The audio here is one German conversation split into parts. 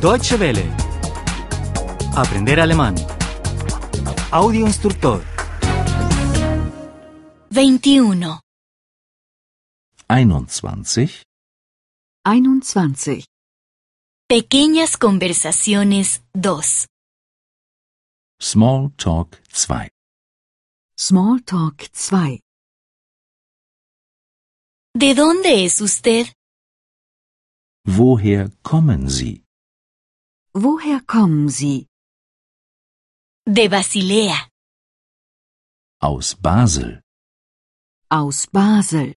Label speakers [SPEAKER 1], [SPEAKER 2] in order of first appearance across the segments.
[SPEAKER 1] Deutsche Welle. Aprender alemán. Audio instructor.
[SPEAKER 2] 21.
[SPEAKER 3] 21.
[SPEAKER 4] 21.
[SPEAKER 2] Pequeñas conversaciones 2.
[SPEAKER 3] Small Talk 2.
[SPEAKER 4] Smalltalk 2.
[SPEAKER 2] ¿De dónde es usted?
[SPEAKER 3] Woher kommen Sie?
[SPEAKER 4] Woher kommen Sie?
[SPEAKER 2] De Basilea.
[SPEAKER 3] Aus Basel.
[SPEAKER 4] Aus Basel.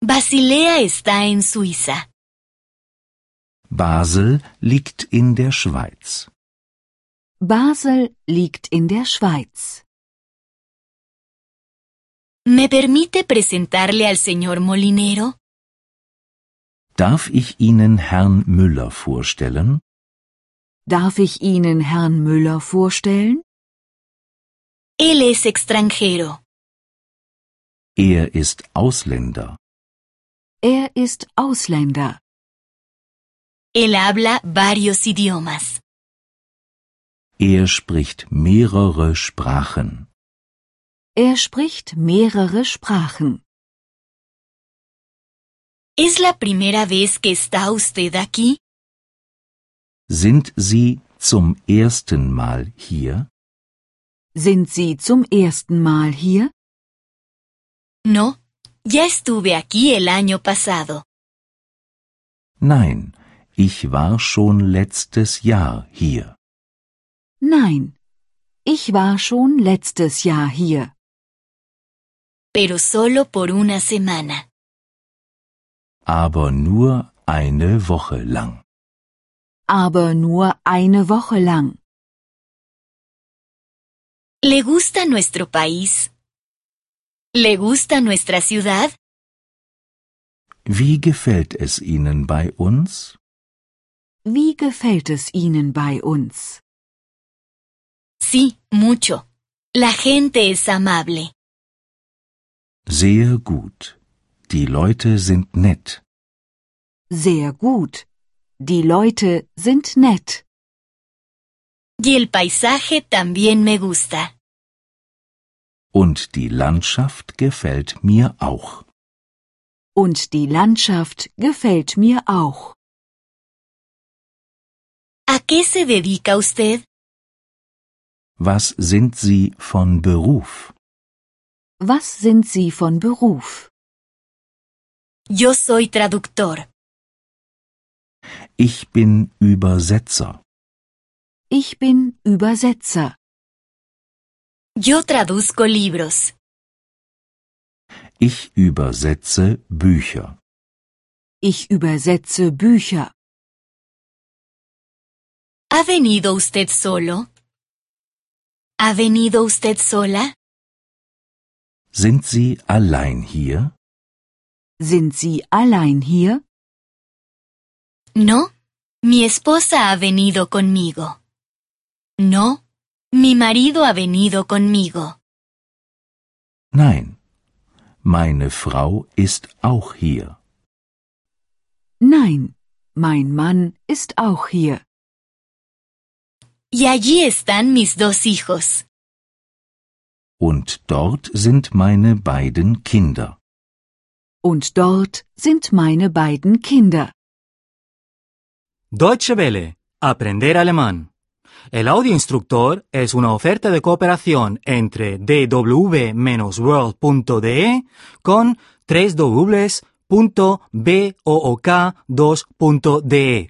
[SPEAKER 2] Basilea está en Suiza.
[SPEAKER 3] Basel liegt in der Schweiz.
[SPEAKER 4] Basel liegt in der Schweiz.
[SPEAKER 2] ¿Me permite presentarle al señor Molinero?
[SPEAKER 3] Darf ich Ihnen Herrn Müller vorstellen?
[SPEAKER 4] Darf ich Ihnen Herrn Müller vorstellen?
[SPEAKER 2] Él es extranjero.
[SPEAKER 3] Er ist Ausländer.
[SPEAKER 4] Er ist Ausländer.
[SPEAKER 2] Él habla varios idiomas.
[SPEAKER 3] Er spricht mehrere Sprachen.
[SPEAKER 4] Er spricht mehrere Sprachen.
[SPEAKER 2] ¿Es la primera vez que está usted aquí?
[SPEAKER 3] Sind Sie zum ersten Mal hier?
[SPEAKER 4] Sind Sie zum ersten Mal hier?
[SPEAKER 2] No, ya estuve aquí el año pasado.
[SPEAKER 3] Nein, ich war schon letztes Jahr hier.
[SPEAKER 4] Nein. Ich war schon letztes Jahr hier,
[SPEAKER 2] pero solo por una semana.
[SPEAKER 3] Aber nur eine Woche lang.
[SPEAKER 4] aber nur eine Woche lang.
[SPEAKER 2] ¿Le gusta nuestro país? ¿Le gusta nuestra ciudad?
[SPEAKER 3] Wie gefällt es Ihnen bei uns?
[SPEAKER 4] Wie gefällt es Ihnen bei uns?
[SPEAKER 2] Sí, mucho. La gente es amable.
[SPEAKER 3] Sehr gut. Die Leute sind nett.
[SPEAKER 4] Sehr gut. Die Leute sind nett.
[SPEAKER 2] Y el paisaje también me gusta.
[SPEAKER 3] Und die Landschaft gefällt mir auch.
[SPEAKER 4] Und die Landschaft gefällt mir auch.
[SPEAKER 2] ¿A qué se dedica usted?
[SPEAKER 3] Was sind Sie von Beruf?
[SPEAKER 4] Was sind Sie von Beruf?
[SPEAKER 2] Yo soy traductor.
[SPEAKER 3] Ich bin Übersetzer.
[SPEAKER 4] Ich bin Übersetzer.
[SPEAKER 2] Yo traduzco libros.
[SPEAKER 3] Ich übersetze Bücher.
[SPEAKER 4] Ich übersetze Bücher.
[SPEAKER 2] ¿Ha venido usted solo? ¿Ha venido usted sola?
[SPEAKER 3] Sind Sie allein hier?
[SPEAKER 4] Sind Sie allein hier?
[SPEAKER 2] No. Mi esposa ha venido conmigo. No. Mi marido ha venido conmigo.
[SPEAKER 3] Nein. Meine Frau ist auch hier.
[SPEAKER 4] Nein, mein Mann ist auch hier.
[SPEAKER 2] Y allí están mis dos hijos.
[SPEAKER 3] Und dort sind meine beiden Kinder.
[SPEAKER 4] Und dort sind meine beiden Kinder.
[SPEAKER 1] Deutsche Welle. Aprender alemán. El audio instructor es una oferta de cooperación entre dw-world.de con 3 2de